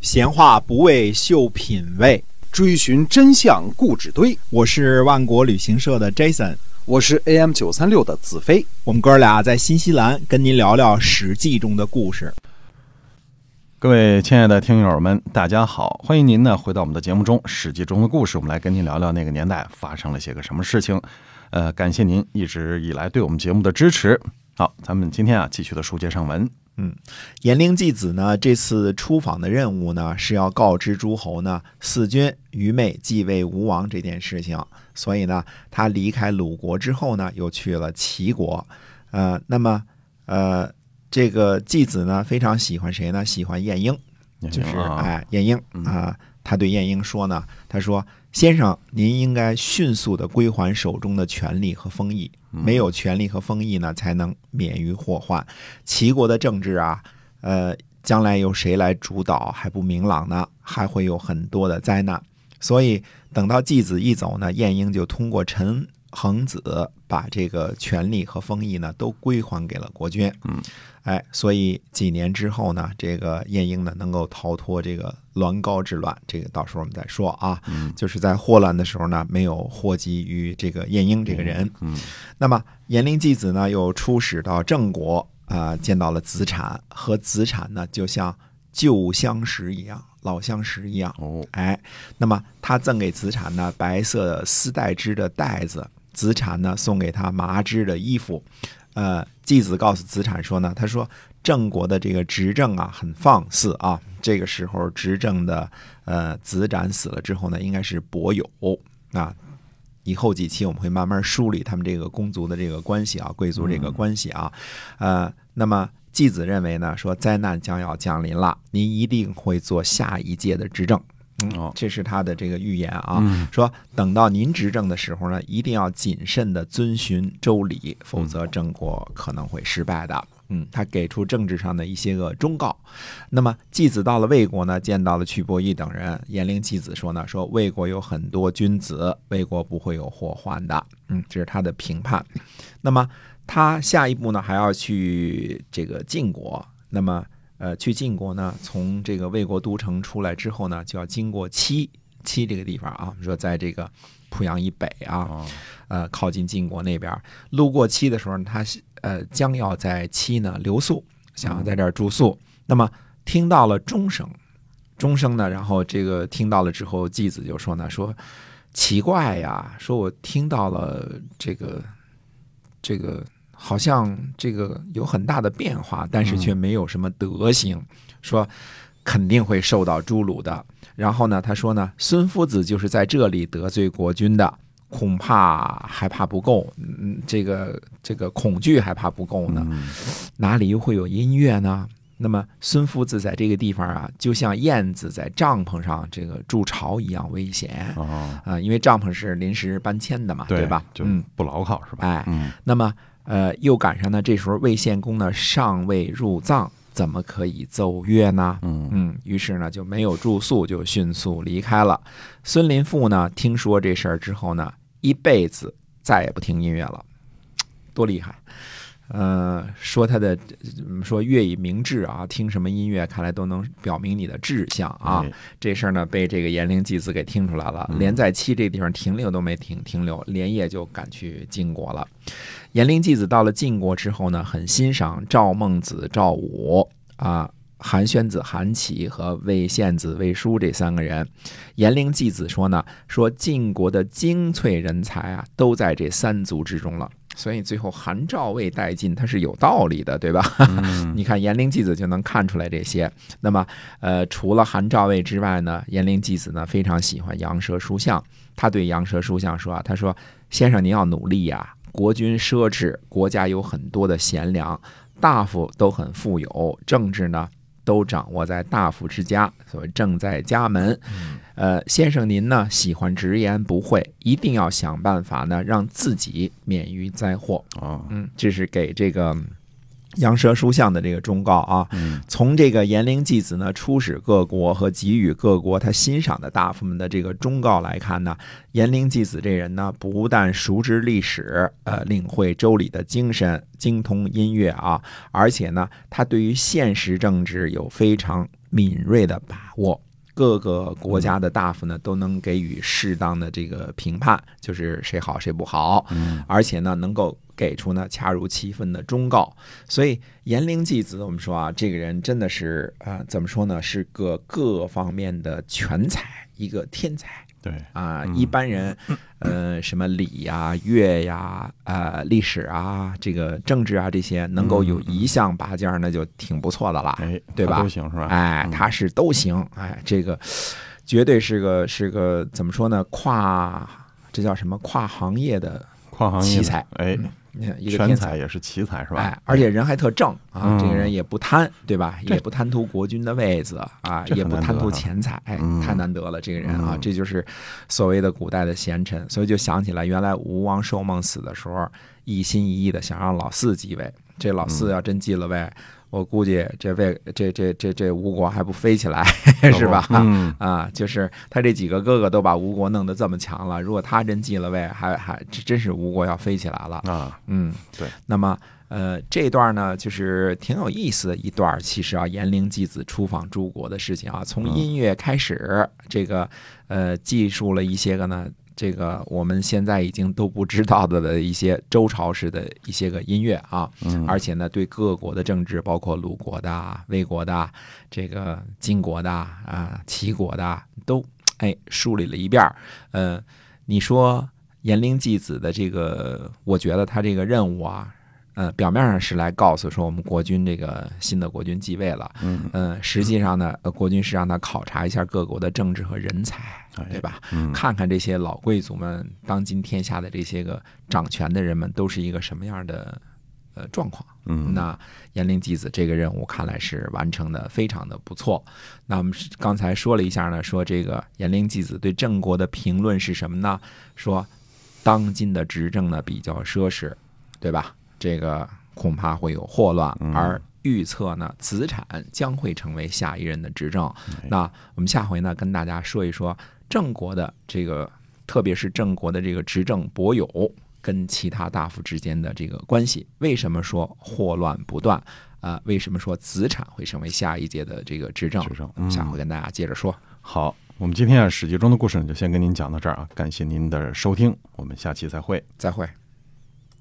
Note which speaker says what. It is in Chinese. Speaker 1: 闲话不为秀品味，
Speaker 2: 追寻真相故纸堆。
Speaker 1: 我是万国旅行社的 Jason，
Speaker 2: 我是 AM 九三六的子飞。
Speaker 1: 我们哥俩在新西兰跟您聊聊《史记》中的故事。
Speaker 3: 各位亲爱的听友们，大家好！欢迎您呢回到我们的节目中，《史记》中的故事，我们来跟您聊聊那个年代发生了些个什么事情。呃，感谢您一直以来对我们节目的支持。好，咱们今天啊继续的书接上文。
Speaker 1: 颜陵季子呢，这次出访的任务呢，是要告知诸侯呢，四君愚昧继位吴王这件事情。所以呢，他离开鲁国之后呢，又去了齐国。呃，那么呃，这个季子呢，非常喜欢谁呢？喜欢晏婴，就是
Speaker 3: 啊，
Speaker 1: 哎，晏婴
Speaker 3: 嗯
Speaker 1: 啊，他对晏婴说呢，他说：“先生，您应该迅速的归还手中的权力和封邑，
Speaker 3: 嗯
Speaker 1: 没有权力和封邑呢，才能免于祸患。齐国的政治啊，呃，将来由谁来主导还不明朗呢，还会有很多的灾难。所以等到季子一走呢，晏婴就通过陈恒子把这个权力和封邑呢都归还给了国君。
Speaker 3: 嗯，
Speaker 1: 哎，所以几年之后呢，这个晏婴呢能够逃脱这个栾高之乱，这个到时候我们再说啊。
Speaker 3: 嗯
Speaker 1: 就是在霍乱的时候呢，没有祸及于这个晏婴这个人。
Speaker 3: 嗯
Speaker 1: 那么颜陵季子呢，又出使到郑国啊、见到了子产，和子产呢就像旧相识一样，老相识一样。
Speaker 3: 哦，
Speaker 1: 哎，那么他赠给子产呢白色丝带织的带子，子产呢送给他麻织的衣服。呃，季子告诉子产说呢，他说郑国的这个执政啊很放肆啊，这个时候执政的呃子产死了之后呢，应该是伯友啊。以后几期我们会慢慢梳理他们这个公族的这个关系啊，贵族这个关系啊，呃，那么季子认为呢，说灾难将要降临了，您一定会做下一届的执政。
Speaker 3: 哦
Speaker 1: 这是他的这个预言啊，
Speaker 3: 嗯
Speaker 1: 说等到您执政的时候呢，一定要谨慎的遵循周礼，
Speaker 3: 嗯
Speaker 1: 否则郑国可能会失败的。嗯，他给出政治上的一些个忠告。那么季子到了魏国呢，见到了屈伯义等人。颜陵季子说呢，说魏国有很多君子，魏国不会有祸患的。嗯，这是他的评判。那么他下一步呢，还要去这个晋国。那么呃，去晋国呢，从这个魏国都城出来之后呢，就要经过七七这个地方啊，我们说在这个濮阳以北啊，
Speaker 3: 哦，
Speaker 1: 呃，靠近晋国那边儿，路过七的时候呢，他呃将要在七呢留宿，想要在这儿住宿。那么听到了钟声，钟声呢，然后这个听到了之后，季子就说呢，说奇怪呀，说我听到了这个这个。好像这个有很大的变化，但是却没有什么德行。说肯定会受到诛戮的。然后呢，他说呢，孙夫子就是在这里得罪国君的，恐怕还怕不够，嗯，这个这个恐惧还怕不够呢，
Speaker 3: 嗯
Speaker 1: 哪里又会有音乐呢？那么孙夫子在这个地方啊，就像燕子在帐篷上这个筑巢一样危险啊、
Speaker 3: 哦，
Speaker 1: 因为帐篷是临时搬迁的嘛，对吧？
Speaker 3: 就
Speaker 1: 嗯，
Speaker 3: 不牢靠是吧？
Speaker 1: 哎，
Speaker 3: 嗯，
Speaker 1: 那么呃，又赶上呢，这时候魏献公呢尚未入葬，怎么可以奏乐呢？
Speaker 3: 嗯
Speaker 1: 于是呢就没有住宿，就迅速离开了。孙林父呢听说这事儿之后呢，一辈子再也不听音乐了，多厉害！呃，说他的嗯说乐以明志啊，听什么音乐，看来都能表明你的志向啊。
Speaker 3: 哎
Speaker 1: 这事儿呢，被这个颜陵季子给听出来了，
Speaker 3: 嗯
Speaker 1: 连在七这地方停留都没停停留，连夜就赶去晋国了。颜陵季子到了晋国之后呢，很欣赏赵孟子赵武啊、韩宣子韩起和魏献子魏书这三个人。颜陵季子说呢，说晋国的精粹人才啊，都在这三族之中了。所以最后韩赵魏殆尽，它是有道理的，对吧？
Speaker 3: 嗯
Speaker 1: 你看颜陵季子就能看出来这些。那么，呃，除了韩赵魏之外呢，颜陵季子呢非常喜欢羊舌书相。他对羊舌书相说啊，他说：“先生您要努力呀、国君奢侈，国家有很多的贤良，大夫都很富有，政治呢都掌握在大夫之家，所谓政在家门。呃，先生您呢喜欢直言不讳，一定要想办法呢让自己免于灾祸。
Speaker 3: 哦，
Speaker 1: 嗯，这是给这个羊舌书相的这个忠告啊，
Speaker 3: 嗯
Speaker 1: 从这个颜陵季子呢出使各国和给予各国他欣赏的大夫们的这个忠告来看呢，颜陵季子这人呢不但熟知历史，呃，领会周礼的精神，精通音乐啊，而且呢，他对于现实政治有非常敏锐的把握。各个国家的大夫呢，都能给予适当的这个评判，就是谁好谁不好。
Speaker 3: 嗯
Speaker 1: 而且呢，能够给出呢恰如其分的忠告。所以颜陵季子，我们说啊，这个人真的是啊、呃怎么说呢，是个各方面的全才，一个天才。
Speaker 3: 对，
Speaker 1: 啊，
Speaker 3: 嗯
Speaker 1: 一般人，呃，什么礼呀、乐呀、呃，历史啊，这个政治啊，这些能够有一项拔尖儿，那就挺不错的了。
Speaker 3: 哎，
Speaker 1: 对吧
Speaker 3: 他都行是吧？
Speaker 1: 哎
Speaker 3: 嗯，
Speaker 1: 他是都行，哎，这个绝对是个是个怎么说呢？跨这叫什么？跨行业的
Speaker 3: 跨行业
Speaker 1: 奇
Speaker 3: 的
Speaker 1: 才嗯
Speaker 3: 哎，
Speaker 1: 一个
Speaker 3: 全
Speaker 1: 天
Speaker 3: 才也是奇才是吧？
Speaker 1: 哎，而且人还特正啊，
Speaker 3: 嗯
Speaker 1: 这个人也不贪，对吧？
Speaker 3: 这
Speaker 1: 也不贪图国君的位子啊，
Speaker 3: 这很
Speaker 1: 也不贪
Speaker 3: 难得
Speaker 1: 图
Speaker 3: 啊
Speaker 1: 钱财，哎
Speaker 3: 嗯，
Speaker 1: 太难得了，这个人啊
Speaker 3: 嗯，
Speaker 1: 这就是所谓的古代的贤臣。所以就想起来，原来吴王寿梦死的时候，一心一意的想让老四继位，这老四要真继了
Speaker 3: 嗯
Speaker 1: 位，我估计这位这这这这吴国还不飞起来，
Speaker 3: 可不
Speaker 1: 哎 是吧？
Speaker 3: 嗯，
Speaker 1: 啊，就是他这几个哥哥都把吴国弄得这么强了，如果他真继了位，还还这真是吴国要飞起来了。
Speaker 3: 啊，
Speaker 1: 嗯，
Speaker 3: 对。
Speaker 1: 那么，呃，这段呢，就是挺有意思的一段。其实啊，颜陵季子出访诸国的事情啊，从
Speaker 3: 嗯
Speaker 1: 音乐开始，这个呃，记述了一些个呢，这个我们现在已经都不知道的的一些周朝时的一些个音乐啊，
Speaker 3: 嗯，
Speaker 1: 而且呢，对各国的政治，包括鲁国的啊、魏国的啊、这个晋国的啊啊、齐国的啊，都哎梳理了一遍儿。呃，你说颜陵季子的这个，我觉得他这个任务啊，呃，表面上是来告诉说我们国君这个新的国君继位了，
Speaker 3: 嗯
Speaker 1: 呃，实际上呢，呃国君是让他考察一下各国的政治和人才，对吧？
Speaker 3: 嗯，
Speaker 1: 看看这些老贵族们，当今天下的这些个掌权的人们，都是一个什么样的呃状况。
Speaker 3: 嗯，
Speaker 1: 那颜陵季子这个任务看来是完成的非常的不错。那我们是刚才说了一下呢，说这个颜陵季子对郑国的评论是什么呢？说当今的执政呢比较奢侈，对吧？这个恐怕会有祸乱，
Speaker 3: 嗯
Speaker 1: 而预测呢子产将会成为下一任的执政。
Speaker 3: 哎
Speaker 1: 那我们下回呢跟大家说一说郑国的这个，特别是郑国的这个执政伯友跟其他大夫之间的这个关系。为什么说祸乱不断？啊、为什么说子产会成为下一届的这个执政？
Speaker 3: 执政
Speaker 1: 我们下
Speaker 3: 嗯
Speaker 1: 回跟大家接着说。
Speaker 3: 好，我们今天啊《史记》中的故事呢，就先跟您讲到这儿啊，感谢您的收听，我们下期再会。
Speaker 1: 再会。